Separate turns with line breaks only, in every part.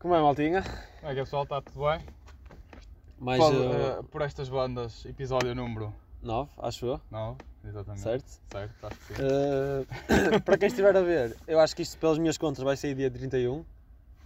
Como é, maltinha?
Como é que é, pessoal? Está tudo bem?
Mais
Pode,
uh,
eh, por estas bandas, episódio número
nove, acho eu,
9, exatamente.
certo?
Certo, acho que sim.
Uh, para quem estiver a ver, eu acho que isto, pelas minhas contas, vai sair dia 31,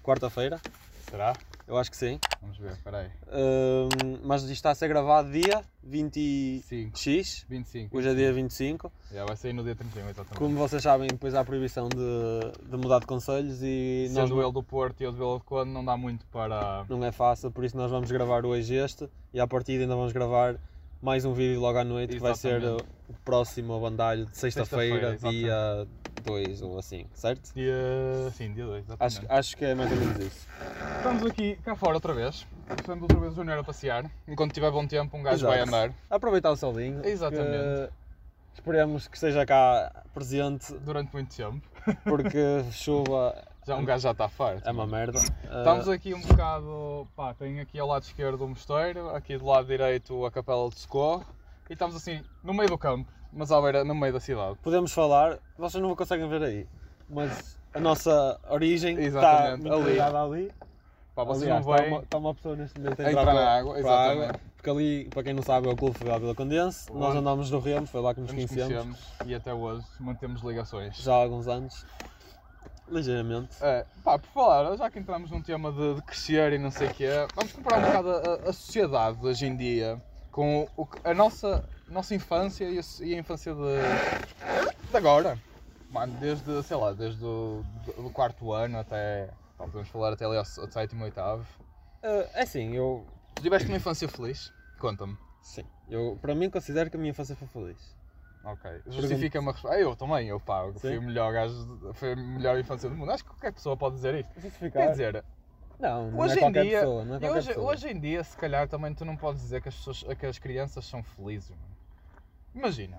quarta-feira.
Será?
Eu acho que sim.
Vamos ver, espera aí.
Uh, mas isto está a ser gravado dia 20x.
5, 25.
Hoje é dia 25.
Já vai sair no dia 31, exatamente.
Como vocês sabem, depois há a proibição de, de mudar de conselhos e
Sendo
nós
ele é do Porto e eu do Belo Conde, não dá muito para...
não é fácil, por isso nós vamos gravar hoje este e à partida ainda vamos gravar mais um vídeo logo à noite que vai ser uh,
Exatamente.
o próximo bandalho de sexta-feira,
Sexta-feira,
dia 2 ou assim, certo?
Dia... Sim, dia 2, exatamente.
Acho, acho que é mais ou menos isso.
Estamos aqui cá fora outra vez. Estamos outra vez o Júnior a passear. Enquanto tiver bom tempo, um gajo
Exato.
vai andar.
Aproveitar o solinho.
Exatamente.
que esperemos que esteja cá presente,
Durante muito tempo.
porque chuva
Já um gajo já está farto.
é uma merda. Uh,
Estamos aqui um bocado, pá, tem aqui ao lado esquerdo o mosteiro, aqui do lado direito a capela de socorro e estamos assim no meio do campo, mas à beira, no meio da cidade.
Podemos falar, vocês não conseguem ver aí, mas a nossa origem está
Exatamente,
muito
ali.
ligada ali.
Pá, vocês
Aliás,
não
está
veem,
uma, está uma pessoa neste momento
A
a entrar,
entrar
para,
na água,
para a água,
exatamente.
Porque ali, para quem não sabe, é o Clube Federal Vila Condense. Nós
Onde-
andámos no Remo, foi lá que nos
nos
conhecemos,
conhecemos e até hoje mantemos ligações.
já há alguns anos. Ligeiramente.
É, pá, por falar, já que entramos num tema de, de crescer e não sei o que é, vamos comparar um bocado a, a sociedade de hoje em dia com o, que- a nossa, nossa infância e a, so- e a infância de, de agora. Mano, desde, sei lá, desde o do, do quarto ano até, pá, podemos falar até ali ao, s- ao sétimo, oitavo.
Ah, é assim, eu.
Tu tiveste uma infância feliz? Conta-me.
Sim. Eu, para mim, considero que a minha infância foi feliz.
Ok. Justifica-me a resposta. Ah, eu também, eu pá, eu fui
Sim.
o melhor gajo, de- foi a melhor infância do mundo. Acho que qualquer pessoa pode dizer isto.
Justificar?
Quer dizer,
não, não
Hoje
é
em
qualquer
dia,
pessoa. Não é
e
qualquer
hoje,
pessoa.
hoje em dia, se calhar, também tu não podes dizer que as, pessoas, que as crianças são felizes. mano. Imagina,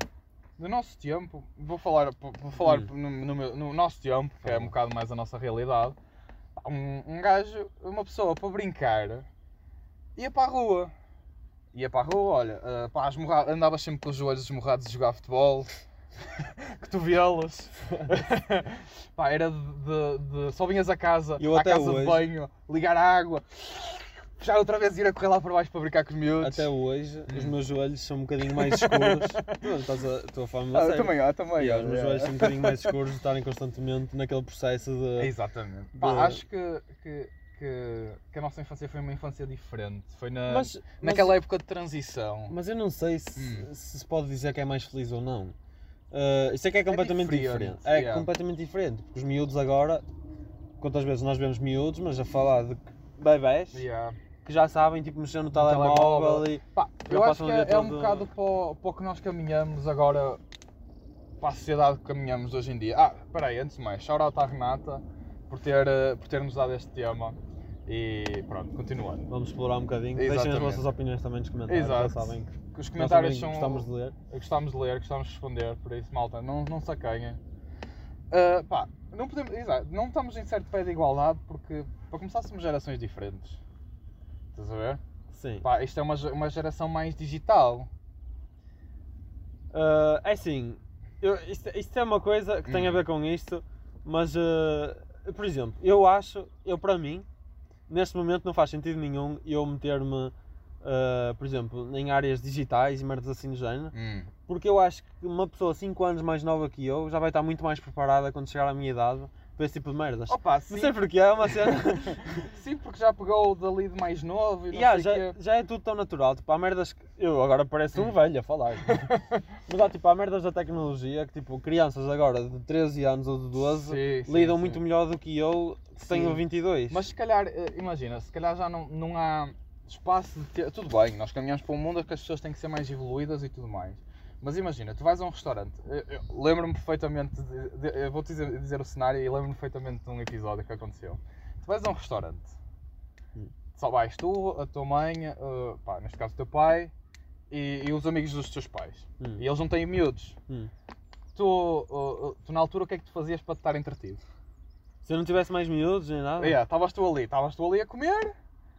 no nosso tempo, vou falar, vou falar
Hum.
no, no meu- no nosso tempo, que é
Fala.
um bocado mais a nossa realidade, um, um gajo, uma pessoa para brincar, ia para a rua. Ia para a rua, olha, ah, pá, esmorra- andavas sempre com os joelhos esmorrados a jogar futebol, cotovelos. pá, era de, de- de- Só vinhas a casa,
Eu
à
até
casa
hoje.
de banho, ligar a água, puxar outra vez e ir a correr lá para baixo para brincar com os miúdos. Ah,
Até hoje, os meus joelhos são um bocadinho mais escuros. tu, estás a, estou a falar mesmo a
Ah,
sério.
também, ah, também.
E, ó, os meus
olha.
joelhos são um bocadinho mais escuros de estarem constantemente naquele processo de.
Exatamente. Pá,
de-
acho que, que, que, que a nossa infância foi uma infância diferente. Foi na,
Mas-
naquela época de transição.
Mas eu não sei se
Hum.
se se pode dizer que é mais feliz ou não. Uh, isso é que é completamente
diferente,
diferente. É
yeah.
completamente diferente. Porque os miúdos agora, quantas vezes nós vemos miúdos, mas a falar de bebés
Yeah.
que já sabem, tipo, mexer no telemóvel,
telemóvel.
e.
Pá,
Já
eu acho
passam
que
o dia
é, é um
todo-
bocado para o, para o que nós caminhamos agora, para a sociedade que caminhamos hoje em dia. Ah, peraí, antes de mais, shout out à Renata por, ter, eh, por ter nos dado este tema. E pronto, continuando.
Vamos explorar um bocadinho. Deixem as
Exatamente.
vossas opiniões também nos comentários. Já
Exato.
sabem que
Os
nós
comentários
também
são.
gostamos de ler.
Gostámos de ler, gostámos de responder, por isso, malta, não, não sacanhem. Ah, pá, não podemos. Exato, não estamos em certo pé de igualdade porque, para começar, somos gerações diferentes. Estás a ver?
Sim.
Pá, isto é uma, ge- uma geração mais digital.
Uh, é assim, eu, isto, isto é uma coisa que tem a ver com isto, mas, uh, por exemplo, eu acho, eu para mim, neste momento não faz sentido nenhum eu meter-me, uh, por exemplo, em áreas digitais e merdas assim do género, porque eu acho que uma pessoa 5 anos mais nova que eu já vai estar muito mais preparada quando chegar à minha idade para esse tipo de merdas.
Opa,
Não
Oh, sim,
sei porque é uma cena.
sim, porque já pegou o dali de mais novo e não
Yeah,
sei o
já,
quê.
já é tudo tão natural. Tipo, há merdas que. Eu agora pareço um velho a falar. Mas há, tipo, há merdas da tecnologia que, tipo, crianças agora de 13 anos ou de 12
Sim, sim,
lidam
sim.
muito melhor do que eu que tenho
Sim.
22.
Mas se calhar, eh, imagina, se calhar já não, não há espaço de ter. Tudo bem, nós caminhamos para um mundo em que as pessoas têm que ser mais evoluídas e tudo mais. Mas imagina, tu vais a um restaurante, eu- eu lembro-me perfeitamente, de- de- eu vou-te dizer, dizer o cenário e lembro-me perfeitamente de um episódio que aconteceu. Tu vais a um restaurante,
Hum.
só vais tu, a tua mãe, eh, pá, neste caso o teu pai e, e os amigos dos teus pais.
Hum.
E eles não têm miúdos.
Hum.
Tu, eh, tu na altura o que é que tu fazias para te estar entretido?
Se eu não tivesse mais miúdos nem nada,
Yeah, Estavas tu ali, estavas tu ali a comer.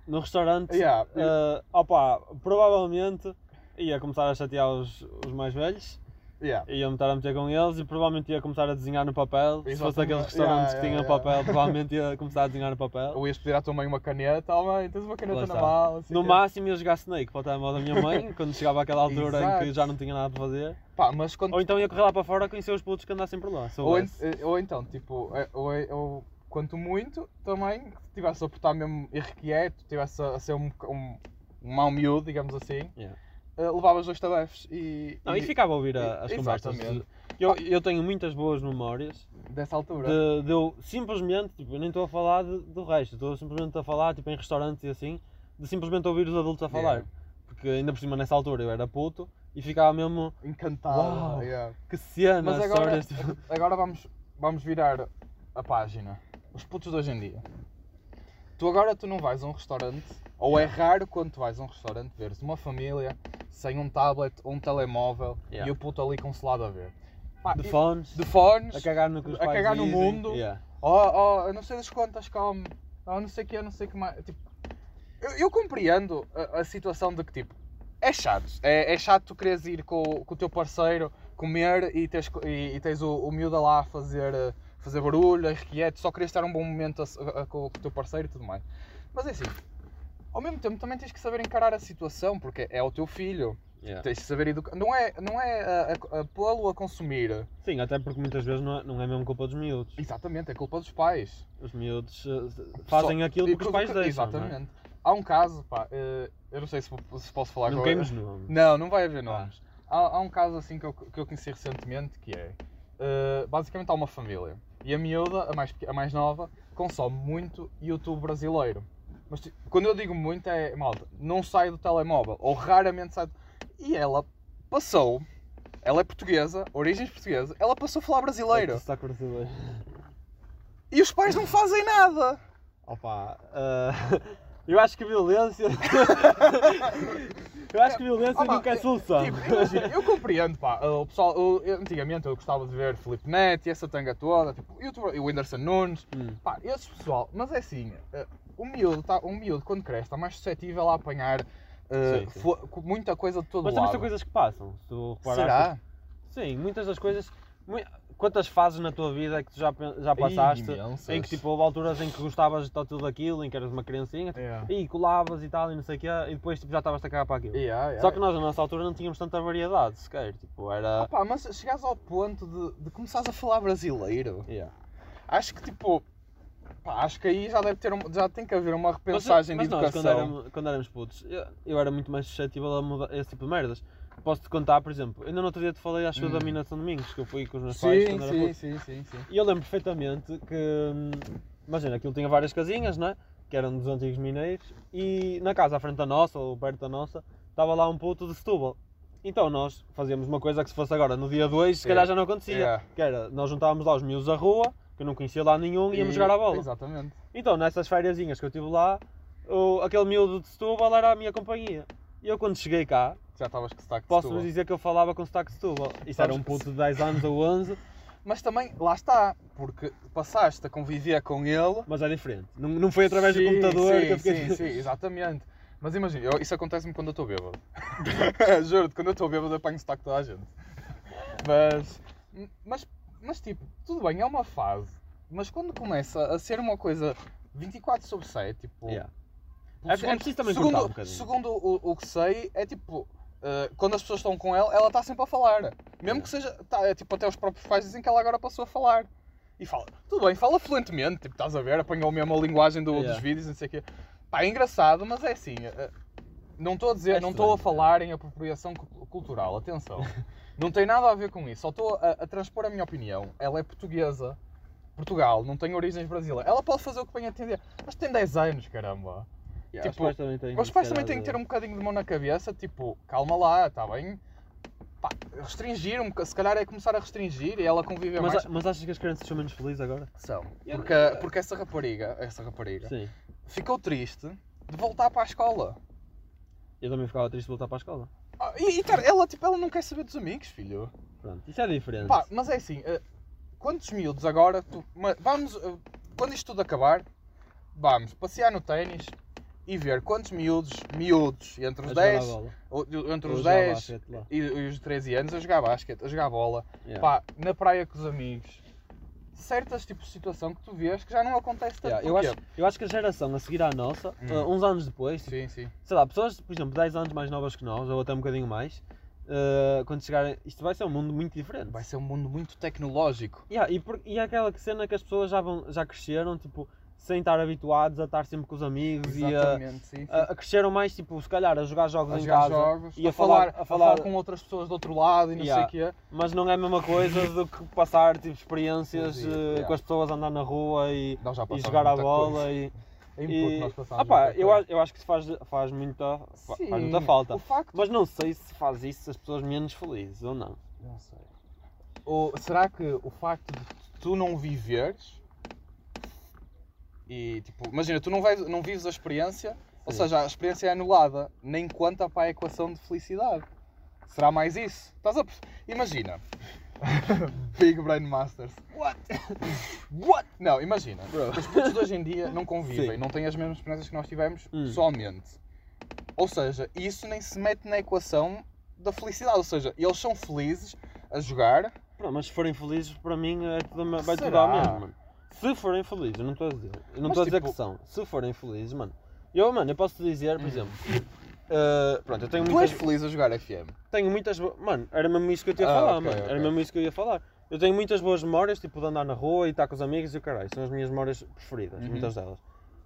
no restaurante, eh,
Yeah,
ah, opá, provavelmente ia começar a chatear os, os mais velhos.
Yeah.
ia-me estar a meter com eles e provavelmente ia começar a desenhar no papel. Se fosse
Exatamente.
aqueles restaurantes
Yeah,
que tinham
yeah,
papel,
yeah.
provavelmente ia começar a desenhar no papel.
Ou ias pedir à tua mãe uma caneta, oh mãe, tens uma
Lá
caneta
está.
na mala. assim,
No
é.
máximo ia jogar Snake para o telemóvel da minha mãe, quando chegava àquela altura em que
Exato.
já não tinha nada para fazer.
Pá, mas quando.
Ou então é. ia correr lá para fora conhecer os putos que andassem por lá. se
Ou, en-
soubesse.
eh, ou então, tipo, eh, ou, ou quanto muito, também, que estivesse a portar mesmo irrequieto, estivesse a, a ser um, um, um mau miúdo, digamos assim,
Yeah.
eh, levavas dois tabefes e,
Não, e ficava a ouvir a- as conversas.
Exatamente.
Eu, eu tenho muitas boas memórias
dessa altura.
de, de eu simplesmente, tipo, eu nem estou a falar de- do resto, estou simplesmente a falar tipo, em restaurantes e assim, de simplesmente ouvir os adultos a falar.
Yeah.
Porque ainda por cima nessa altura eu era puto e ficava mesmo
Encantado.
Uau.
yeah.
que cena,
Mas agora,
histórias, tipo,
agora vamos, vamos virar a página. Os putos de hoje em dia. Tu agora tu não vais a um restaurante, ou é raro quando tu vais a um restaurante veres uma família sem um tablet ou um telemóvel
Yeah.
e o puto ali consolado a ver. Pá,
de
e-
fones,
de fones.
a cagar no que os
a
pais
cagar no
dizem.
mundo.
Yeah.
Oh, oh, eu não sei das quantas, calma. Oh, não sei o que, não sei o que mais. Tipo, eu, eu compreendo a, a situação de que, tipo, é chato. É, é chato tu quereres ir com, o- com o teu parceiro comer e tens, co- e, e tens o, o miúdo lá a fazer, eh, fazer barulho, a irrequieto, só queres ter um bom momento a s- a- a- com o teu parceiro e tudo mais. Mas é assim, ao mesmo tempo também tens que saber encarar a situação, porque é o teu filho.
Yeah.
Tens de saber educar. Não é, não é a, a, a pô-lo a consumir.
Sim, até porque muitas vezes não é, não é mesmo culpa dos miúdos.
Exatamente, é culpa dos pais.
Os miúdos eh, fazem aquilo
E
porque os pais
tudo que-
deixam. não é?
Exatamente. Há um caso, pá, eh, eu não sei se, po- se posso falar
Não
agora.
queimes nomes.
Não, não vai
Ah.
haver nomes. Há, há um caso assim que eu, que eu conheci recentemente que é. eh, basicamente há uma família e a miúda, a mais, pequ- a mais nova, consome muito YouTube brasileiro. Mas ti- quando eu digo muito é, malta, não sai do telemóvel ou raramente sai. do- E ela passou, ela é portuguesa, origens portuguesas, ela passou a falar brasileiro.
Está brasileiro.
E os pais não fazem nada.
Opa, eh, eu acho que violência. eu acho que violência
Opa,
nunca é
eh,
solução.
Tipo, imagina, eu compreendo, pá. O pessoal, o- eu- antigamente eu gostava de ver Felipe Neto e essa tanga toda, tipo, youtuber, e o Whindersson Nunes,
Hum,
pá, esse pessoal. Mas é assim, eh, o miúdo, tá, o miúdo quando cresce está mais suscetível a apanhar eh,
Sim, sim.
fo- com muita coisa de todo
Mas também
lado.
são coisas que passam. Se tu reparares.
Será?
Sim, muitas das coisas. mui- Quantas fases na tua vida é que tu já, pen- já passaste?
Ih, imensas.
em que tipo, houve alturas em que gostavas de tudo aquilo, em que eras uma criancinha
Yeah.
e colavas e tal e não sei o quê, e depois tipo, já estavas a cagar para aquilo.
Yeah, yeah.
Só que nós, na nossa altura, não tínhamos tanta variedade sequer. Tipo, era.
Opa, mas chegares ao ponto de, de começares a falar brasileiro,
Yeah.
acho que tipo. pá, acho que aí já deve ter um- já tem que haver uma
Mas-
repensagem
mas
de
nós,
educação.
quando éramos, quando éramos putos, eu, eu era muito mais suscetível a muda- esse tipo de merdas. Posso-te contar, por exemplo, ainda no outro dia te falei, acho que da
Hum.
mina de São Domingos, que eu fui com os meus pais
Sim,
quando era
sim,
puto.
sim, sim, sim.
E eu lembro perfeitamente que, hum, imagina, aquilo tinha várias casinhas, não é? Que eram dos antigos mineiros, e na casa à frente da nossa, ou perto da nossa, estava lá um puto de Setúbal. Então nós fazíamos uma coisa que se fosse agora no dia 2, se
Yeah.
calhar já não acontecia.
Yeah.
Que era, nós juntávamos lá os miúdos à rua, que eu não conhecia lá nenhum, e íamos jogar à bola.
Exatamente.
Então, nessas fériasinhas que eu tive lá, o- aquele miúdo de Setúbal era a minha companhia. E eu quando cheguei cá,
Já estavas com sotaque de
posso-vos
Setúbal.
dizer que eu falava com sotaque de Setúbal. Isso era um puto de 10 anos ou 11,
Mas também, lá está, porque passaste a conviver com ele.
mas é diferente. Não, não foi através
Sim,
do computador
sim,
que eu fiquei... assim.
Sim, sim, exatamente. Mas imagina, eu- isso acontece-me quando eu estou bêbado. Juro-te, quando eu estou bêbado eu apanho sotaque de toda a gente. Mas, mas, mas tipo, tudo bem, é uma fase. Mas quando começa a ser uma coisa 24 sobre 7, tipo,
Yeah.
Pelo
É- é preciso também
segundo,
cortar um bocadinho.
Segundo o, o que sei, é tipo, eh, quando as pessoas estão com ela, ela está sempre a falar. Mesmo que seja, tá, é tipo, até os próprios pais dizem que ela agora passou a falar. E fala, tudo bem, fala fluentemente, tipo, estás a ver, apanhou mesmo a linguagem do-
Yeah.
dos vídeos, não sei o quê. Pá, é engraçado, mas é assim, eh, não estou a dizer,
É
não estou a
estranho,
falar em apropriação cu- cultural, atenção. não tem nada a ver com isso, só estou a, a transpor a minha opinião. Ela é portuguesa, Portugal, não tem origens brasileiras. Ela pode fazer o que bem entender, mas tem 10 anos, caramba.
Yeah, os
Tipo,
pais também têm...
Os pais também
se calhar,
têm que ter um bocadinho de mão na cabeça, tipo, calma lá, está bem? Pá, restringir, um boca- se calhar é começar a restringir e ela conviver
Mas,
mais.
a- mas achas que as crianças são menos felizes agora?
São.
Eu-
Porque, porque essa rapariga, essa rapariga
Sim.
ficou triste de voltar para a escola.
Eu também ficava triste de voltar para a escola.
Ah, E, e, cara, ela, tipo, ela não quer saber dos amigos, filho.
Pronto, isso é diferente.
Pá, mas é assim, eh, quantos miúdos agora tu. ma- Vamos. eh, Quando isto tudo acabar, vamos passear no ténis, e ver quantos miúdos, miúdos, entre os
a jogar à
10,
bola.
ou- entre
Ou
os
jogar
10
basquete lá.
e, e os 13 anos a jogar basquete, a jogar bola,
Yeah.
pá, na praia com os amigos. Certas tipos de situação que tu vês que já não acontece tanto.
Yeah, eu,
Porquê?
acho, eu acho que a geração a seguir à nossa,
Hum.
eh, uns anos depois,
Sim, sim.
sei lá, pessoas, por exemplo, 10 anos mais novas que nós, ou até um bocadinho mais, eh, quando chegarem, isto vai ser um mundo muito diferente.
Vai ser um mundo muito tecnológico.
Yeah, e, por, e é aquela que cena que as pessoas já, vão, já cresceram, tipo, sem estar habituados a estar sempre com os amigos e a,
Exatamente, sim. sim.
a- a cresceram mais, tipo, se calhar a jogar jogos
a
em
jogar
casa,
jogos,
e
a,
a
falar,
falar-
a
a
falar
falar-
com outras pessoas do outro lado e não
Yeah.
sei o quê.
mas não é a mesma coisa do que passar, tipo, experiências
Pois
eh,
é, yeah.
com as pessoas a andar na rua e,
Nós já
e
passámos
jogar à
muita
bola
coisa.
e...
Em puto
E...
nós passámos
Ah pá,
muita
eu,
coisa.
acho- eu acho que isso faz, faz, muita, fa-
Sim,
faz muita falta.
O facto.
Mas não sei se faz isso as pessoas menos felizes ou não.
Não sei. Ou será que o facto de tu não viveres e tipo, imagina, tu não, vais, não vives a experiência, ou
Sim.
seja, a experiência é anulada, nem conta para a equação de felicidade. Será mais isso? Estás a... perce- Imagina. Big Brain Masters. What? What? Não, imagina. Os putos de hoje em dia não convivem,
Sim.
não têm as mesmas experiências que nós tivemos
Hum.
pessoalmente. Ou seja, isso nem se mete na equação da felicidade. Ou seja, eles são felizes a jogar.
Pronto, mas se forem felizes, para mim é tudo, a me- vai tudo
Será?
ao mesmo, mano. Se forem felizes, eu não estou a dizer. Eu não
Mas,
estou a dizer
tipo-
que são. Se forem felizes, mano. Eu, mano, eu posso te dizer, por
Hum.
exemplo. eh, pronto, eu tenho
Tu és
muitas.
feliz a jogar FM.
Tenho muitas. bo- Mano, era mesmo isso que eu tinha
Ah,
a falar,
ok,
mano.
ok.
Era mesmo isso que eu ia falar. Eu tenho muitas boas memórias, tipo de andar na rua e estar com os amigos e o caralho. São as minhas memórias preferidas,
Uhum.
muitas delas.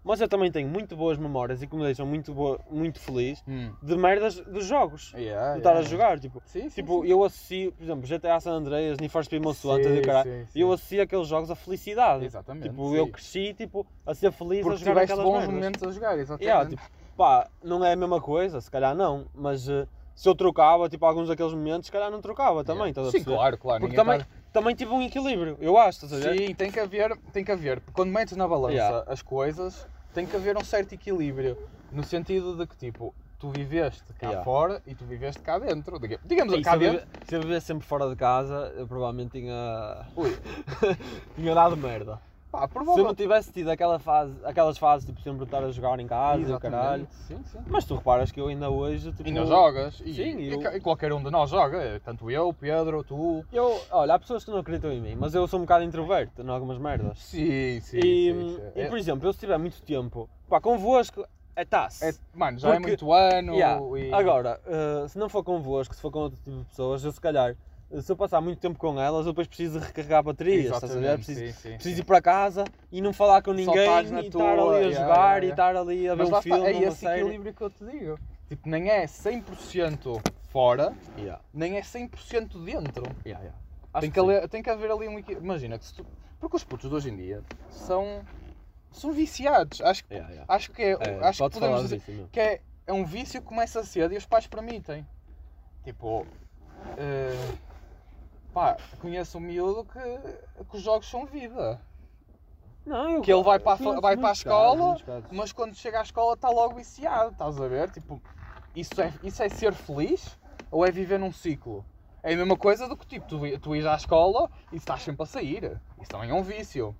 Mas eu também tenho muito boas memórias e que me deixam muito, boa, muito feliz
Hum.
de merdas dos jogos.
Yeah,
de estar
yeah.
a jogar, tipo.
Sim, sim,
Tipo,
sim.
eu associo, por exemplo, GTA San Andreas, Need for Speed Most
Sim,
Wanted e o caralho.
sim, sim.
Eu associo aqueles jogos à felicidade.
Exatamente.
Tipo,
sim.
eu cresci, tipo, a ser feliz a
Porque
jogar
tiveste
aquelas
bons
merdas.
momentos a jogar, exatamente.
Yeah, tipo, pá, não é a mesma coisa, se calhar não, mas eh, se eu trocava, tipo, alguns daqueles momentos, se calhar não trocava também, estás
Yeah.
a
Sim,
perceber?
claro, claro.
Porque
ninguém
também,
tá-
também tive um equilíbrio, eu acho, estás a ver?
Sim, tem que haver, tem que haver. Quando metes na balança
Yeah.
as coisas, tem que haver um certo equilíbrio. No sentido de que, tipo, tu viveste cá
Yeah.
fora e tu viveste cá dentro. Diga- Digamos,
E se,
cá
eu
dentro.
vive- se eu vivesse sempre fora de casa, eu provavelmente tinha.
Ui.
tinha dado merda.
Pá,
Se eu não
provavelmente.
tivesse tido aquela fase, aquelas fases, tipo, sempre estar a jogar em casa e o
Exatamente.
caralho.
Sim, sim.
Mas tu reparas que eu ainda hoje, tipo...
E não jogas. E,
Sim,
e
eu-
ca- e qualquer um de nós
é
joga. Tanto eu, Pedro, tu.
Eu, olha, há pessoas que não acreditam em mim, mas eu sou um bocado introverto em algumas merdas.
Sim, sim.
e, hum,
sim, sim.
e,
É-
por exemplo, eu se tiver muito tempo, pá, convosco, é tasse.
é- mano, já é
porque-
muito ano.
Yeah.
E...
Agora, eh, se não for convosco, se for com outro tipo de pessoas, eu se calhar, eh, se eu passar muito tempo com elas, eu depois preciso recarregar baterias, estás a ver?
Exatamente,
Preciso,
sim, sim,
preciso
sim.
ir para casa e não falar com ninguém,
estás na
e
tua,
estar ali a
yeah,
jogar,
yeah,
e
yeah.
estar ali a ver
Mas
um
lá
filme,
está, é
uma
esse
série.
equilíbrio que eu te digo. Tipo, nem é 100% fora,
Yeah,
nem é 100% dentro.
yeah, yeah. Acho
Tem que,
sim.
haver, tem que haver ali um equilíbrio. Imagina que se tu... Porque os putos de hoje em dia são, são viciados. Acho que,
Yeah, yeah.
acho que é.
É, podes
acho que
falar
podemos dizer
disso, meu.
que é, é um vício que começa cedo e os pais permitem. Tipo. eh, pá, conheço um miúdo que, que os jogos são vida.
Não, eu-
Que ele vai para a fa-
conheço
vai para a
muitos casos,
escola,
muitos casos.
Mas quando chega à escola está logo viciado, estás a ver? Tipo, isso é, isso é ser feliz ou é viver num ciclo? É a mesma coisa do que tipo, tu, i- tu ires à escola e estás sempre a sair. Isso também é um vício.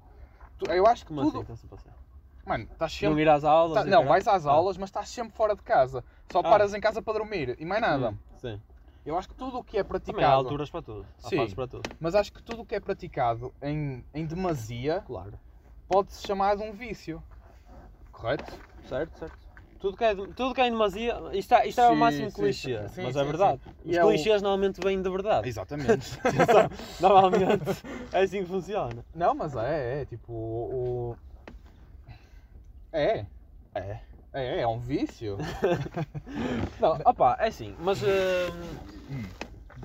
Tu- eu acho que
Como
tudo.
assim? Está-se a passar?
Mano, estás
Não
sempre.
ir às aulas?
tá-
e
não,
caralho?
vais às
Ah,
aulas, mas estás sempre fora de casa. Só
Ah.
paras em casa para dormir e mais nada.
hum, Sim.
Eu acho que tudo o que é
Também há
praticado.
alturas para tudo. Há
Sim.
fases para tudo.
Mas acho que tudo o que é praticado em, em demasia
Claro.
pode-se chamar de um vício. Correto?
Certo, certo. Tudo que é, de- tudo que é em demasia. Isto, é- isto é o
Sim,
máximo
sim,
clichê,
sim,
mas
sim,
é verdade.
sim.
Os
E é o-
clichês normalmente vêm de verdade.
Exatamente.
Atenção, normalmente é assim que funciona.
Não, mas é, é tipo. O... o- É. É. É, é um vício.
Não, opá, é assim, mas. hum,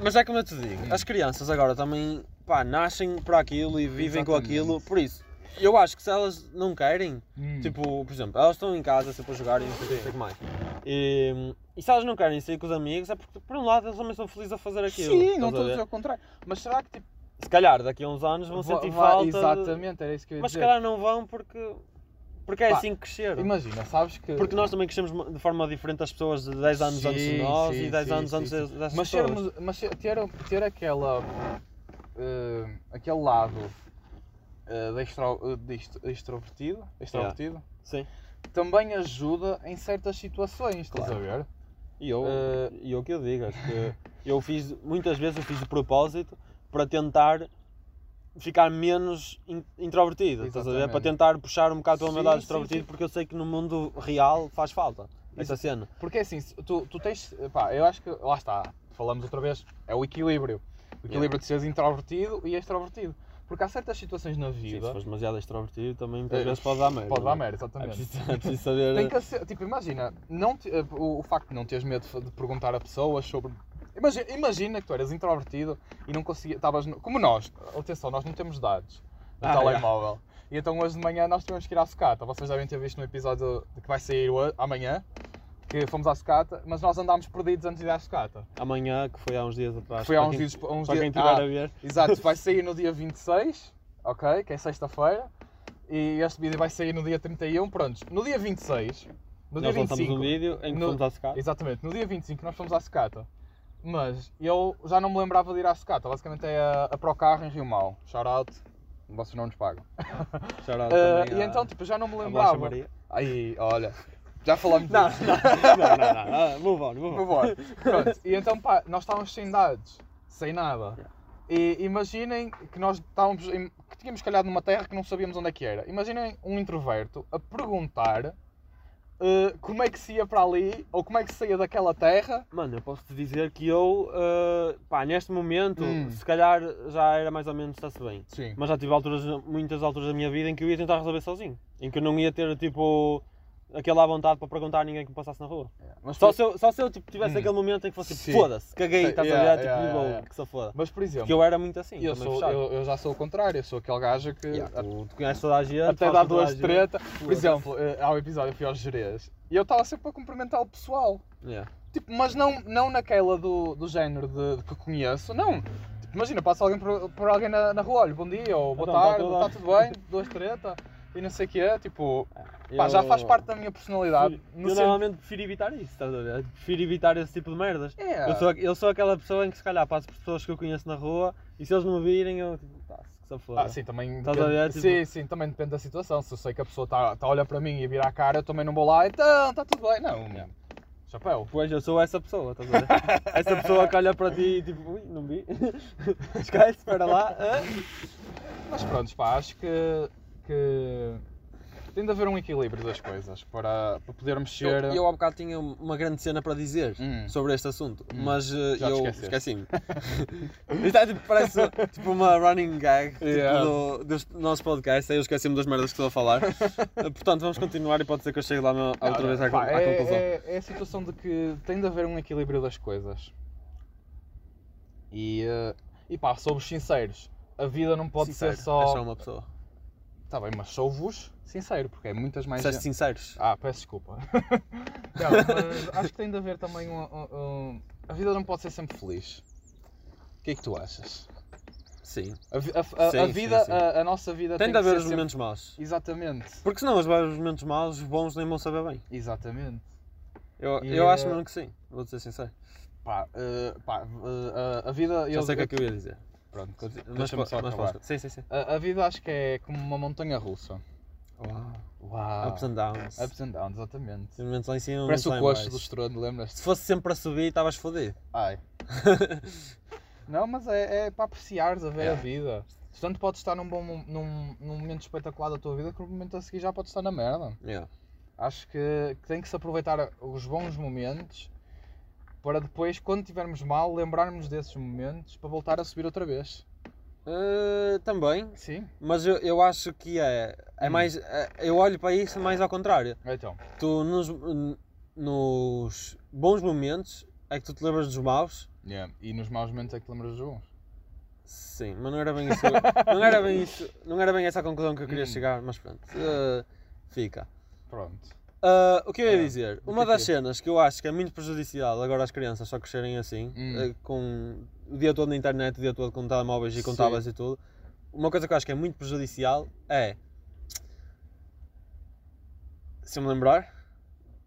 mas é como eu te digo, as crianças agora também pá, nascem para aquilo e vivem com aquilo,
Exatamente.
por isso. Eu acho que se elas não querem,
Hum.
Tipo, por exemplo, elas estão em casa sempre a jogar e não sei o que, não sei o que mais. E, e se elas não querem sair com os amigos, é porque, por um lado, eles também são felizes a fazer aquilo.
Sim,
estás
não
a
estou a
ver?
dizer o contrário. Mas será que tipo.
Se calhar daqui a uns anos vão
va-
sentir
va-
falta. de-
Exatamente, era isso que eu ia
Mas se
dizer.
calhar não vão porque, porque é
Pá,
assim que cresceram.
Imagina, sabes que.
Porque nós também crescemos de forma diferente as pessoas de 10 anos antes
Sim,
de nós
sim,
e 10
sim,
anos
sim,
antes
sim.
das das
Mas,
pessoas.
sermos, mas ser- ter, ter aquela. eh, aquele lado. eh, de extro, de extro- extrovertido. Extrovertido.
Sim.
também ajuda em certas situações, estás
Claro.
a ver?
E eu,
Eh,
e eu que eu digo, acho que eu fiz, muitas vezes eu fiz de propósito para tentar ficar menos in- introvertido, estás a ver? Para
Exatamente.
tentar puxar um bocado pelo meu
Sim,
lado
sim,
extrovertido,
sim.
porque eu sei que no mundo real faz falta essa cena.
Porque assim, se tu, tu tens. Pá, eu acho que. Lá está. Falamos outra vez. É o equilíbrio. O equilíbrio de seres introvertido e extrovertido. Porque há certas situações na
Sim, se
vida.
fores demasiado extrovertido também muitas
Eh,
vezes pode dar merda.
pode dar
não é?
merda,
É
exatamente.
preciso, é preciso
Tem
saber.
que ser, tipo, imagina, não te- eh, o, o facto de não teres medo de perguntar a pessoas sobre. Imagina, imagina que tu eras introvertido e não conseguias. Estavas. no- Como nós, atenção, nós não temos dados no
Ah,
telemóvel. E então hoje de manhã nós tivemos que ir à sucata. Vocês devem ter visto no episódio que vai sair ho- amanhã, que fomos à sucata, mas nós andámos perdidos antes de ir à sucata.
Amanhã, que foi há uns dias atrás.
Foi há
para
uns
quem-
dias. Uns
Para quem
dias...
estiver
Ah,
a ver.
Exato, vai sair no dia 26, ok? Que é sexta-feira. E este vídeo vai sair no dia 31. Pronto, no dia 26. No
Nós
dia
lançamos
25.
um vídeo em que
no-
fomos a secar.
Exatamente, no dia 25 nós fomos à secata. Mas eu já não me lembrava de ir à secata. Basicamente é a, a Procarro em Rio Mau. Shout out. Vocês não nos pagam.
Shout out
Ah,
também
e
à-
então, tipo, já não me
à Blancha
lembrava.
Maria.
Aí, olha. Já falamos
Não,
disso.
não, não, não, não. Ah, Move on, move
Por
on.
favor. Pronto, e então pá, nós estávamos sem dados, sem nada. E imaginem que nós estávamos em- que tínhamos calhado numa terra que não sabíamos onde é que era. Imaginem um introverto a perguntar eh, como é que se ia para ali ou como é que se saía daquela terra.
Mano, eu posso te dizer que eu, eh, pá, neste momento,
Hum.
se calhar já era mais ou menos está-se bem.
Sim.
Mas já tive alturas, muitas alturas da minha vida em que eu ia tentar resolver sozinho. Em que eu não ia ter, tipo, aquela à vontade para perguntar a ninguém que me passasse na rua.
Mas
Só
por,
se eu, só se eu tipo, tivesse
Hum.
aquele momento em que fosse,
Sim.
tipo, foda-se, caguei,
Sim,
estás
yeah,
a ver,
yeah,
tipo,
yeah,
"Bom,
yeah."
que se foda.
mas, por exemplo,
Porque eu era muito assim,
eu,
também
sou,
fechado.
eu, eu já sou o contrário, eu sou aquele gajo que
Yeah, tu, tu conheces toda a gente,
até
falas
dá
com toda a
duas
gente.
treta. Por
Foda-se.
exemplo, eh, há um episódio que fui aos Jerez e eu estava sempre a cumprimentar o pessoal.
Yeah.
Tipo, mas não, não naquela do, do género de, de que conheço, não. Tipo, imagina, passa alguém por, por alguém na, na rua, olha, bom dia, ou boa
Então, tá
tarde,
tudo
está
bem.
tudo bem, duas treta, e não sei o que é, tipo, pá,
Eu-
já faz parte da minha personalidade.
Eu
no sen-
normalmente prefiro evitar isso, estás a ver? Prefiro evitar esse tipo de merdas.
É.
Eu, sou, a- eu sou aquela pessoa em que se calhar passo por pessoas que eu conheço na rua e se eles não me virem eu tipo, tá, que se foda.
Ah, sim, também
Estás
depende,
a ver, tipo-
sim, sim, também depende da situação. Se eu sei que a pessoa está tá a olhar para mim e vira a cara, eu também não vou lá, então, está tudo bem. Não,
Yeah.
chapéu.
Pois, eu sou essa pessoa, estás a ver? essa pessoa que olha para ti e tipo, ui, não vi. Esquece, espera lá. hã?
Mas pronto, pá, acho que, que tem de haver um equilíbrio das coisas para, para poder mexer.
Eu, eu há bocado tinha um, uma grande cena para dizer
Hum.
sobre este assunto,
Hum.
mas eh,
Já te
eu
esqueceste.
esqueci-me. Isto é, tipo, parece tipo uma running gag tipo,
Yeah.
do, dos nossos podcasts, aí eu esqueci-me das merdas que estou a falar. Eh, Portanto, vamos continuar e pode ser que eu chegue lá na-
Não,
outra
não,
vez à,
pá,
con- à
é,
conclusão.
É, é a situação de que tem de haver um equilíbrio das coisas. E, eh, e pá, somos sinceros. A vida não pode
Sincero,
ser
É só
só.
uma pessoa.
Está bem, mas sou-vos sincero, porque é muitas mais.
Disseste sinceros.
Ah, peço desculpa. não, mas acho que tem de haver também um, um- um- A vida não pode ser sempre feliz. O que é que tu achas?
Sim.
A, vi- a- a- a
Sim, sim,
vida,
sim.
A, a nossa vida
Tem
tem,
de haver
que
os
ser sempre...
momentos maus.
Exatamente,
Porque senão os vários momentos maus, os bons nem vão saber bem.
exatamente.
Eu,
E,
eu acho
eh,
mesmo que sim, vou ser sincero.
Pá, eh, pá, eh, a- a vida.
Já
eu-
sei o que é
eu-
que eu ia dizer.
Pronto,
Mas,
deixa-me só
mas
acabar.
podes- Sim, sim, sim.
A, a vida acho que é como uma montanha russa.
Uau.
Uau!
Ups and downs.
Ups and downs, exatamente.
Tem momentos lá em cima,
Parece
momentos
o
lá em
coxo do
baixo.
estrondo, lembras-te?
Se fosse sempre para subir, estavas fodido.
Ai. Não, mas é, é para apreciares a ver a
Yeah.
vida. Portanto, podes estar num, bom, mom- num, num momento espetacular da tua vida que no momento a seguir já podes estar na merda.
Yeah.
Acho que, que tem que se aproveitar os bons momentos para depois, quando tivermos mal, lembrarmos desses momentos para voltar a subir outra vez.
Eh, também,
Sim.
mas eu, eu acho que é. É
Hum.
mais. é- eu olho para isso mais ao contrário.
Então,
Tu nos, nos bons momentos é que tu te lembras dos maus.
yeah. e nos maus momentos é que te lembras dos bons.
Sim, mas não era bem isso. não era bem isso. Não era bem essa a conclusão que eu queria
Hum.
chegar, mas pronto. Eh, fica.
Pronto.
Ah, o que eu ia
Ah,
dizer?
o
Uma
que é
das
que é?
cenas que eu acho que é muito prejudicial agora às crianças só crescerem assim,
Hum.
eh, com o dia todo na internet, o dia todo com telemóveis e com
Sim.
tablets e tudo. Uma coisa que eu acho que é muito prejudicial é. Se eu me lembrar.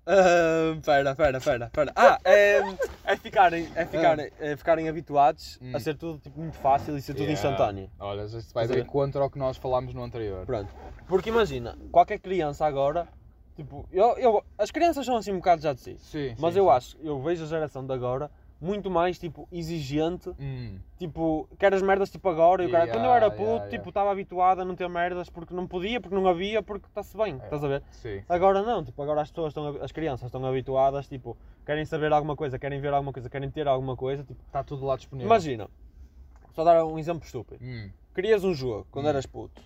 Ah, pera, pera, pera, pera. Ah, é, é ficarem, é ficarem, é ficarem habituados
Ah. Hum.
a ser tudo tipo, muito fácil e ser tudo
Yeah.
instantâneo.
Olha, já se vai
Estás a
ver
ver?
contra o que nós falámos no anterior.
Pronto. Porque imagina, qualquer criança agora Tipo, eu, eu, as crianças são assim um bocado já de si.
Sim,
Mas
sim,
eu
sim.
acho, eu vejo a geração de agora muito mais tipo exigente,
Hum,
tipo, quer as merdas tipo agora e o cara.
Yeah,
Quando eu era
yeah,
puto,
yeah.
tipo, estava habituado a não ter merdas porque não podia, porque não havia, porque está-se bem,
É.
estás a ver?
sim.
Agora não, tipo, agora as pessoas estão, hab- as crianças estão habituadas, tipo, querem saber alguma coisa, querem ver alguma coisa, querem ter alguma coisa, tipo,
Está tudo lá disponível.
imagina. Só dar um exemplo estúpido.
Hum,
Querias um jogo quando
Hum.
eras puto.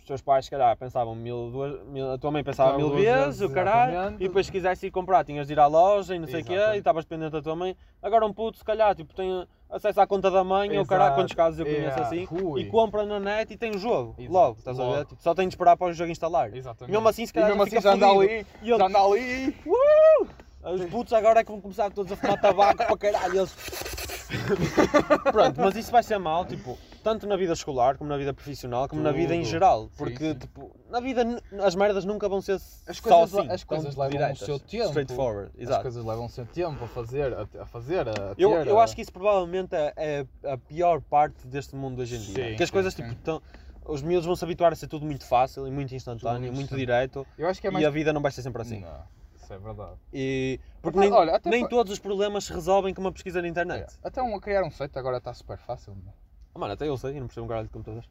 Os teus pais, se calhar, pensavam mil, duas, mil- a tua mãe pensava mil
Duas vezes,
vezes, o caralho,
exatamente.
e depois se quisesse ir comprar, tinhas de ir à loja e não sei o quê,
Exatamente.
e estavas dependente da tua mãe. Agora um puto, se calhar, tipo, tem acesso à conta da mãe, ou o caralho,
Exato.
quantos casos eu conheço
Yeah.
assim,
Ui.
e compra na net e tem o jogo,
Exato.
logo, estás a
Logo.
ver? Tipo, só tem de esperar para o jogo instalar.
Exatamente.
Mesmo assim, se
E
calhar
mesmo
já fica
assim já anda
fodido.
ali,
E ele-
já anda ali.
Os putos agora é que vão começar todos a fumar tabaco para caralho. Eles... Pronto, mas isso vai ser mal, tipo, tanto na vida escolar, como na vida profissional, como na vida em
Tudo.
geral.
Sim,
Porque,
sim.
tipo, na vida n- as merdas nunca vão ser
As
só
coisas-
assim.
as
tão
coisas levam o
diretas,
seu tempo.
Straightforward,
As
exato.
coisas levam sempre tempo a fazer, a, a fazer, a
Eu,
ter,
eu
a-
acho que isso provavelmente é, é a pior parte deste mundo hoje em dia.
Sim,
que as
sim,
coisas,
sim.
tipo, tão, os miúdos vão se habituar a ser tudo muito fácil e muito instantâneo,
muito
muito
instantâneo.
direto.
Eu acho que é mais...
E a vida não vai ser sempre assim.
Não, isso é verdade.
E, porque
Mas,
nem,
olha, até
nem
pa-
todos os problemas se resolvem com uma pesquisa na internet.
Olha, Até um, criar um site agora está super fácil. não é?
Ah, Mano, até eu sei, eu não percebo um caralho de computadores.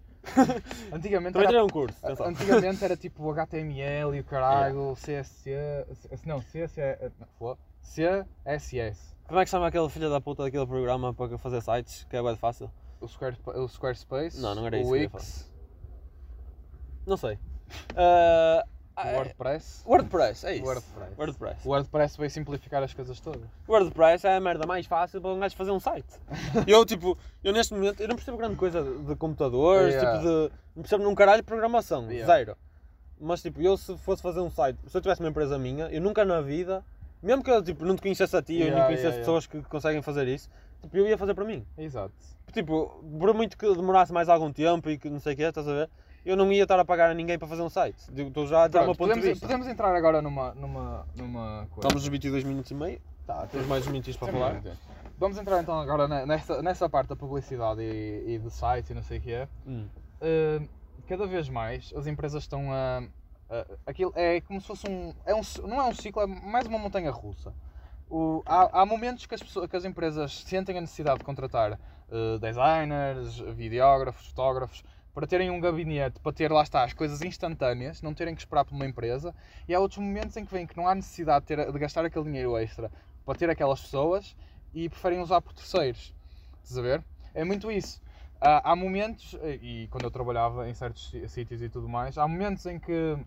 Antigamente
Também
era,
tirei um curso, atenção.
antigamente era tipo HTML e o
É.
caralho, CSC... C- Não, CSC... eh, não, foda- CSS.
Como é que chama aquele filho da puta daquele programa para fazer sites, que é bem fácil?
O, Square, o Squarespace.
Não, não era
o
isso que eu ia
Wix.
Não sei. Ah,
O
ah,
WordPress.
WordPress, é isso.
WordPress.
WordPress.
O WordPress vai simplificar as coisas todas.
WordPress é a merda mais fácil para um gajo fazer um site. eu, tipo, eu neste momento, eu não percebo grande coisa de de computadores,
Yeah.
tipo de... Não percebo num caralho de programação,
Yeah.
zero. Mas, tipo, eu se fosse fazer um site, se eu tivesse uma empresa minha, eu nunca na vida, mesmo que eu, tipo, não te conhecesse a ti, eu
Yeah,
nem conhecesse
yeah, yeah.
pessoas que conseguem fazer isso, tipo, eu ia fazer para mim.
Exato.
Tipo, por muito que demorasse mais algum tempo e que não sei o que, estás a ver? Eu não ia estar a pagar a ninguém para fazer um site. Digo, Estou já a dar
Pronto,
uma ponto de
podemos,
vista.
podemos entrar agora numa, numa, numa coisa.
Estamos nos 22 minutos e meio,
Tá,
temos mais uns minutinhos para falar.
Vamos entrar então agora na- nessa, nessa parte da publicidade e, e do site e não sei o que é.
Hum.
cada vez mais as empresas estão a. a- aquilo é como se fosse um. É um ci- não é um ciclo, é mais uma montanha russa. O- há, há momentos que as, pessoas, que as empresas sentem a necessidade de contratar eh, designers, videógrafos, fotógrafos, para terem um gabinete, para ter lá está as coisas instantâneas, não terem que esperar por uma empresa. E há outros momentos em que veem que não há necessidade de, ter- de gastar aquele dinheiro extra para ter aquelas pessoas e preferem usar por terceiros. Estás a ver? É muito isso. Ah, Há, há momentos, e quando eu trabalhava em certos si- sítios e tudo mais, há momentos em que,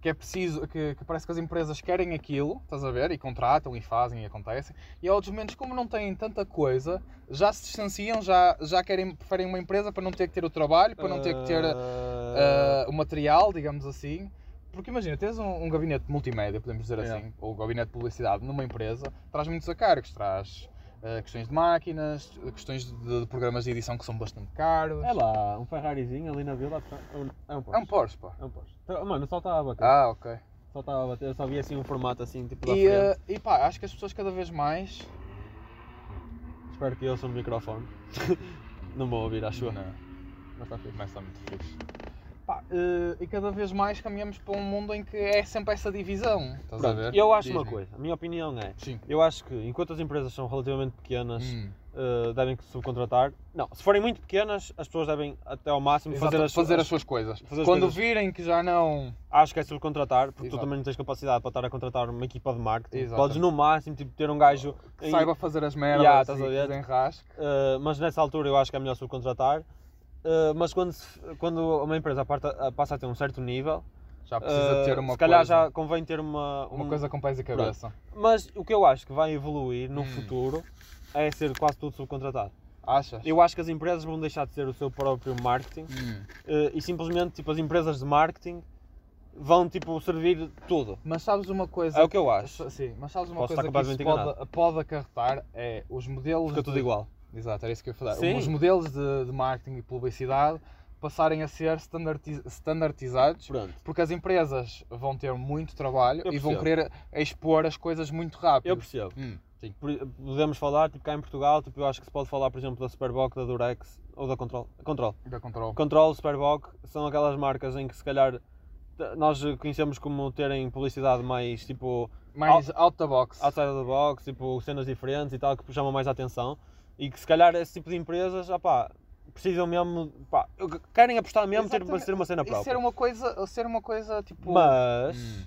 que é preciso, que, que parece que as empresas querem aquilo, estás a ver? E contratam e fazem e acontece. E há outros momentos, como não têm tanta coisa, já se distanciam, já, já querem, preferem uma empresa para não ter que ter o trabalho, para não ter que ter
Ah,
uh, o material, digamos assim. Porque imagina, tens um, um gabinete multimédia, podemos dizer
Yeah.
assim, ou gabinete de publicidade numa empresa, traz muitos acargos, traz uh, questões de máquinas, questões de, de programas de edição que são bastante caros.
É lá, um Ferrarizinho ali na vila. É um, é um
É um
Porsche.
Porsche, pá.
É um Porsche. Então, Mano, só estava a bater.
Ah, ok.
Só estava a bater. Eu só vi assim um formato assim, tipo da
E,
frente.
uh, e pá, acho que as pessoas cada vez mais. ah,
Espero que eu ouça no microfone. não vou ouvir, acho eu.
Não, é?
Mas está fixe.
mas está muito fixe. Pá, uh, e cada vez mais caminhamos para um mundo em que é sempre essa divisão. Estás a
Pronto,
ver?
eu acho uma
Diz-me.
coisa. A minha opinião é...
Sim.
Eu acho que enquanto as empresas são relativamente pequenas,
Hum.
eh, devem subcontratar. Não, se forem muito pequenas, as pessoas devem até ao máximo
Exato,
fazer as,
suas coisas.
fazer as
Quando
coisas-
virem que já não.
Acho que é subcontratar, porque tu
Exato.
também não tens capacidade para estar a contratar uma equipa de marketing.
Exatamente.
Podes no máximo tipo, ter um gajo.
que
em-
saiba fazer as merdas
Yeah,
yeah,
estás
e
a ver?
que desenrasque.
eh, mas nessa altura eu acho que é melhor subcontratar. Eh, mas quando, se- quando uma empresa parta- passa a ter um certo nível,
Já precisa
eh,
ter uma
se calhar
coisa,
já convém ter uma,
uma
um-
coisa com pés e cabeça.
Mas o que eu acho que vai evoluir no
Hum.
futuro é ser quase tudo subcontratado.
Achas?
Eu acho que as empresas vão deixar de ser o seu próprio marketing
Hum.
eh, e simplesmente tipo, as empresas de marketing vão tipo, servir tudo.
Mas sabes uma coisa.
É o que eu acho.
S- Sim, mas sabes uma
Posso estar
coisa que isso
completamente
pode, pode acarretar é os modelos.
Fica tudo
de-
igual.
Exato, era isso que eu ia falar.
Sim.
Os modelos de, de marketing e publicidade passarem a ser standardiz- standardizados.
Pronto.
Porque as empresas vão ter muito trabalho
Eu
e vão
percebo.
querer expor as coisas muito rápido.
Eu percebo.
Hum, sim.
Por- Podemos falar, tipo cá em Portugal, tipo, eu acho que se pode falar, por exemplo, da Superboc, da Durex ou da Control. Control.
Da Control.
Control, Superboc são aquelas marcas em que se calhar t- nós conhecemos como terem publicidade mais tipo
Mais out the box.
outside of the box, tipo cenas diferentes e tal, que chamam mais a atenção. E que se calhar esse tipo de empresas, opá, precisam mesmo, pá, querem apostar mesmo ter, para
Exatamente.
ser uma cena
E
própria.
ser uma coisa, ser uma coisa tipo.
Mas
Hum.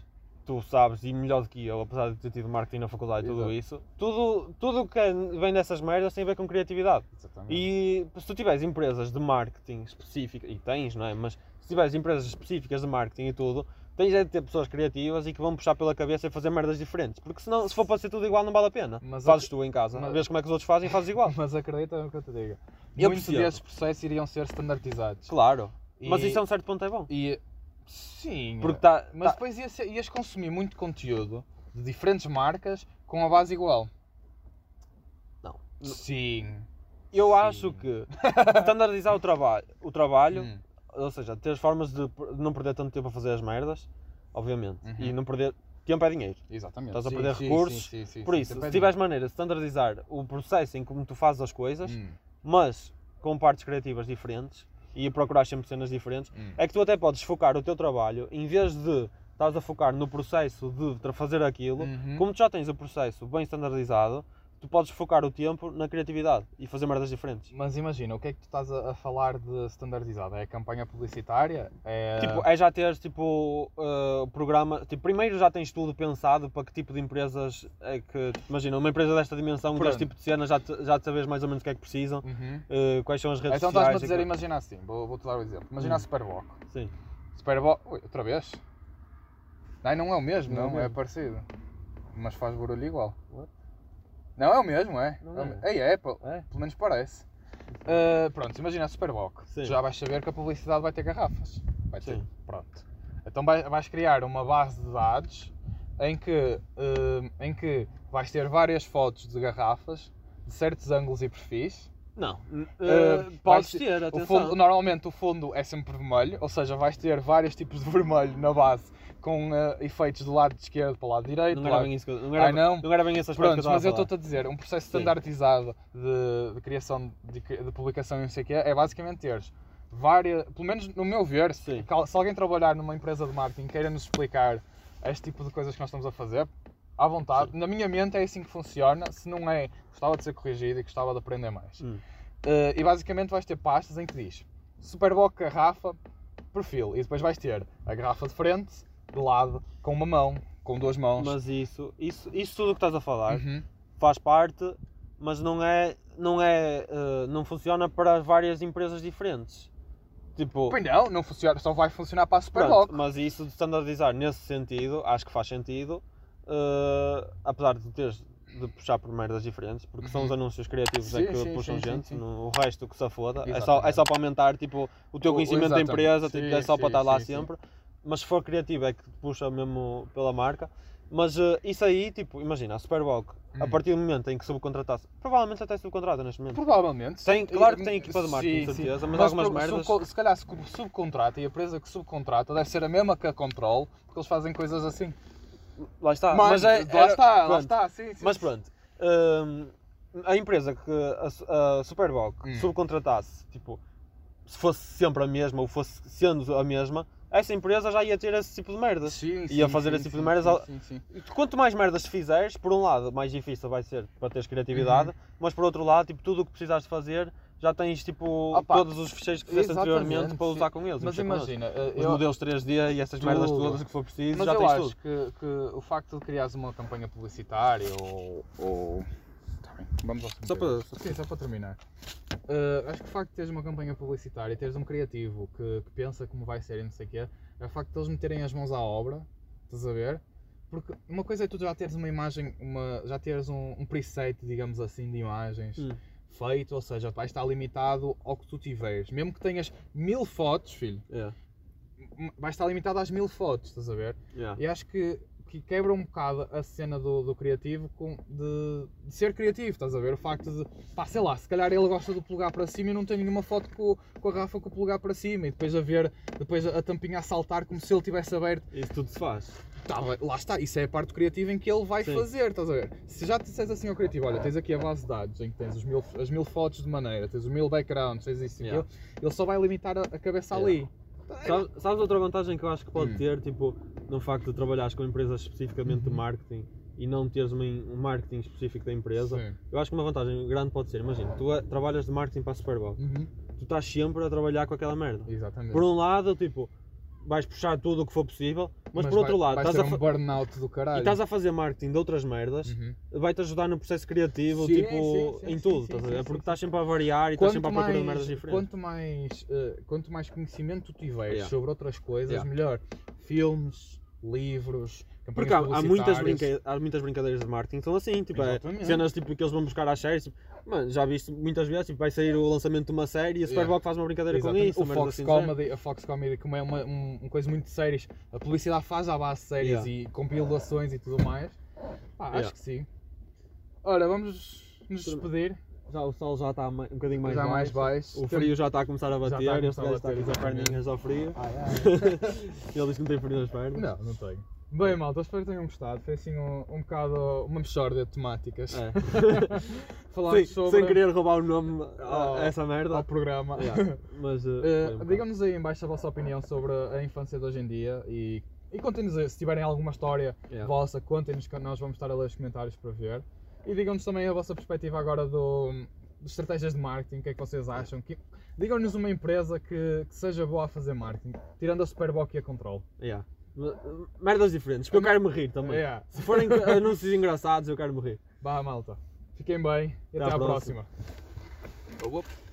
tu sabes, e melhor do que eu, apesar de ter tido marketing na faculdade e tudo
Exato.
isso, tudo tudo o que é- vem dessas merdas tem a ver com criatividade.
Exatamente.
E se tu tiveres empresas de marketing específicas, e tens, não é? Mas se tiveres empresas específicas de marketing e tudo, tens é de ter pessoas criativas e que vão puxar pela cabeça e fazer merdas diferentes. Porque senão, se for para ser tudo igual, não vale a pena.
Mas a-
fazes tu em casa,
mas-
vês como é que os outros fazem e fazes igual.
oh, Mas acredita no que eu te digo.
Eu
Muitos
percebo.
desses processos iriam ser standardizados.
Claro. Mas
E-
isso a um certo ponto é bom.
E. Sim. é.
Porque tá,
Mas
tá-
depois ia ser- ias consumir muito conteúdo de diferentes marcas com a base igual.
Não.
Sim.
eu
Sim.
acho que standardizar o trabalho, o trabalho
Hum.
ou seja, teres formas de per- de não perder tanto tempo a fazer as merdas, obviamente.
Uhum.
E não perder. Tempo é dinheiro.
Exatamente.
Estás a
Sim,
perder
sim,
recursos,
sim, sim, sim,
Por
sim, é
isso, se
depende.
tiveres maneira de standardizar o processo em como tu fazes as coisas,
Hum,
mas com partes criativas diferentes e a procurar sempre cenas diferentes,
hum.
é que tu até podes focar o teu trabalho em vez de estás a focar no processo de tra- fazer aquilo,
Uhum.
como tu já tens o processo bem standardizado, tu podes focar o tempo na criatividade e fazer merdas diferentes.
Mas imagina, o que é que tu estás a, a falar de standardizado? É a campanha publicitária? É...
Tipo, é já teres tipo eh, o programa. Tipo, primeiro já tens tudo pensado para que tipo de empresas é que. Imagina, uma empresa desta dimensão, com
Pronto.
este tipo de cena, já, te- já sabes mais ou menos o que é que precisam,
Uhum.
eh, quais são as redes
Então estás-me
sociais.
a dizer,
e
imagina assim, vou- vou-te dar um exemplo. Imagina
Hum.
a Superboc.
que- Sim.
Superboc. Ui, outra vez? Não, não é o mesmo,
Não é
não,
o
é,
mesmo.
parecido. Mas faz barulho igual.
What?
Não é o mesmo, é?
Não
é. o
é.
me- Ei, é, pelo
É?
pelo menos parece. Ah, pronto, imagina a Superboc.
Sim.
Tu já vais saber que a publicidade vai ter garrafas. Vai ter.
Sim.
Pronto. Então vai- vais criar uma base de dados em que, ah, em que vais ter várias fotos de garrafas de certos ângulos e perfis.
Não.
Eh,
eh, podes
vai-
ter,
O
atenção.
fundo- normalmente o fundo é sempre vermelho, ou seja, vais ter vários tipos de vermelho na base com ah, efeitos do lado esquerdo para o lado direito.
não era
lado-
bem isso que eu. Não era,
Ai, não.
não era bem essas coisas
Pronto,
que eu
mas eu
estava a
estou-te a dizer, um processo
Sim.
standardizado de, de criação, de, cri- de publicação e não sei o que é, basicamente teres várias, pelo menos no meu ver, se,
Sim.
cal- se alguém trabalhar numa empresa de marketing queira nos explicar este tipo de coisas que nós estamos a fazer, à vontade, na minha mente é assim que funciona, se não é, gostava de ser corrigido e gostava de aprender mais.
Hum.
Eh, e basicamente vais ter pastas em que diz Superboc garrafa, perfil, e depois vais ter a garrafa de frente, de lado, com uma mão, com duas
falar.
mãos.
Mas isso, isso, isso tudo o que estás a falar
Uhum.
faz parte, mas não é. Não é. eh, não funciona para várias empresas diferentes. Tipo.
Pois não, não funciona, só vai funcionar para a
Pronto,
Superboc.
mas isso de standardizar nesse sentido, acho que faz sentido, eh, apesar de teres de puxar por merdas diferentes, porque são os
Uhum.
anúncios criativos
Sim,
é que
sim,
puxam
sim, sim,
gente,
sim.
no- o resto que se foda, é só, é
Exatamente.
só para aumentar tipo, o teu
O-
conhecimento da
exatamente.
empresa, tipo,
Sim,
é só
sim,
para estar lá
sim, sim.
sempre, mas se for criativo é que te puxa mesmo pela marca, mas eh, isso aí, tipo, imagina, a Superboc, a
Hum.
partir do momento em que subcontratasse, provavelmente até subcontrata neste momento,
Provavelmente.
Tem-
sim.
claro que tem equipa de marketing,
Sim,
de
sim.
certeza, mas algumas
pro-
merdas-
subco- se calhar se co- subcontrata e a empresa que subcontrata deve ser a mesma que a Control, porque eles fazem coisas assim.
lá está,
mas
é-
lá
era-
está, lá
pronto.
está, sim, sim.
Mas pronto, hum, a empresa que a, Su- a Superboc
Hum.
subcontratasse, tipo, se fosse sempre a mesma ou fosse sendo a mesma, essa empresa já ia ter esse tipo de merdas.
Sim,
Ia
sim,
fazer
sim,
esse tipo de
sim,
merdas
sim,
ao-
sim, sim.
E Quanto mais merdas fizeres, por um lado, mais difícil vai ser para teres criatividade,
Uhum.
mas por outro lado, tipo, tudo o que precisares de fazer, já tens, tipo,
Opa,
todos os fecheiros que fizeste
exatamente,
anteriormente para
sim.
usar com eles. e
Mas
mexer com eles.
imagina,
É
eh,
Os
eu,
modelos 3D e essas merdas
Tudo.
todas que for preciso,
mas
já
eu
tens
acho
tudo.
que, que o facto de criares uma campanha publicitária ou. ou... Tá bem, vamos ao
Só
subteiro.
para...
Sim, só para terminar. Uh, acho que o facto de teres uma campanha publicitária e teres um criativo que, que pensa como vai ser e não sei o quê, é o facto de eles meterem as mãos à obra, estás a ver? Porque uma coisa é tu já teres uma imagem, uma, já teres um, um preset, digamos assim, de imagens
Hum.
feito, ou seja, vais estar limitado ao que tu tiveres. Mesmo que tenhas mil fotos, filho,
Yeah,
m- vais estar limitado às mil fotos, estás a ver?
yeah.
E acho que, que quebra um bocado a cena do, do criativo com, de, de ser criativo, estás a ver? O facto de, pá, sei lá, se calhar ele gosta do polegar para cima e não tem nenhuma foto com, com a garrafa com o polegar para cima e depois a ver, depois a, a tampinha a saltar como se ele tivesse aberto.
Isso tudo se faz.
Tá, bem, lá está, isso é a parte criativa em que ele vai
Sim.
fazer, estás a ver? Se já te disseres assim ao criativo, olha, tens aqui a base de dados em que tens os mil, as mil fotos de maneira, tens os mil backgrounds, tens isso e
Yeah.
aquilo, ele só vai limitar a, a cabeça
Yeah.
ali. É
Sabe- Sabes outra vantagem que eu acho que pode
Hum.
ter, tipo, no facto de trabalhares com empresas especificamente de
Uhum.
marketing e não teres uma em- um marketing específico da empresa,
Sim.
eu acho que uma vantagem grande pode ser, imagina, tu eh, trabalhas de marketing para a Super Bowl,
Uhum.
tu estás sempre a trabalhar com aquela merda.
Exatamente.
Por um lado, tipo, vais puxar tudo o que for possível, mas, por
vai-
outro lado,
vai
estás
ser
a, fa-
um burnout do caralho.
e estás a fazer marketing de outras merdas,
Uhum.
vai-te ajudar no processo criativo,
Sim,
tipo,
sim, sim,
em
sim,
tudo,
sim,
estás a
sim,
ver?
sim,
Porque
sim.
estás sempre a variar e estás sempre à procura de merdas diferentes.
Quanto mais, eh, quanto mais conhecimento tu tiveres
Yeah.
sobre outras coisas,
Yeah.
melhor. Filmes, livros,
Porque há, há muitas
publicitárias.
brinca- há muitas brincadeiras de marketing que são assim, tipo, é,
Exatamente.
cenas tipo, que eles vão buscar às séries. Tipo, mano, já viste muitas vezes, tipo, vai sair o lançamento de uma série e a Super
Yeah.
Bowl faz uma brincadeira com
Exatamente.
isso.
o
merdas
Fox
assim do género.
Comedy, a Fox Comedy, como é uma, um- uma coisa muito séria, a publicidade faz à base de séries
Yeah.
e compilações e tudo mais. Pá,
Yeah.
Acho que sim. Ora, vamos nos
Tudo-
despedir.
Já o sol já está ma- um bocadinho mais
já
baixo.
mais baixo.
O frio já está a começar a
está a
bater, este
começar a
gajo está
bater,
com as
exatamente.
perninhas ao frio.
Ai, ai, ai.
Ele diz que não tem frio nas pernas.
Não, não tenho. Bem, malta, espero que tenham gostado. Foi assim um, um bocado uma mexórdia de temáticas.
É.
Falámos
Sem-
sobre
Sem querer roubar o nome a,
Oh.
a essa merda.
ao programa.
Yeah, Mas. Uh,
Eh,
foi um
Digam-nos aí em baixo a vossa opinião sobre a infância de hoje em dia e, e contem-nos aí, se tiverem alguma história
bocado. Yeah.
vossa, contem-nos que nós vamos estar a ler os comentários para ver. E digam-nos também a vossa perspectiva agora do, de estratégias de marketing, o que é que vocês acham. Que- Digam-nos uma empresa que, que seja boa a fazer marketing, tirando a Superboc e a Control.
Yeah. Mas, uh, Merdas diferentes, que eu quero me rir também.
Yeah.
Se forem anúncios engraçados, eu quero morrer.
Bah, malta. Fiquem bem e até,
à
à
próxima.
próxima. Opa.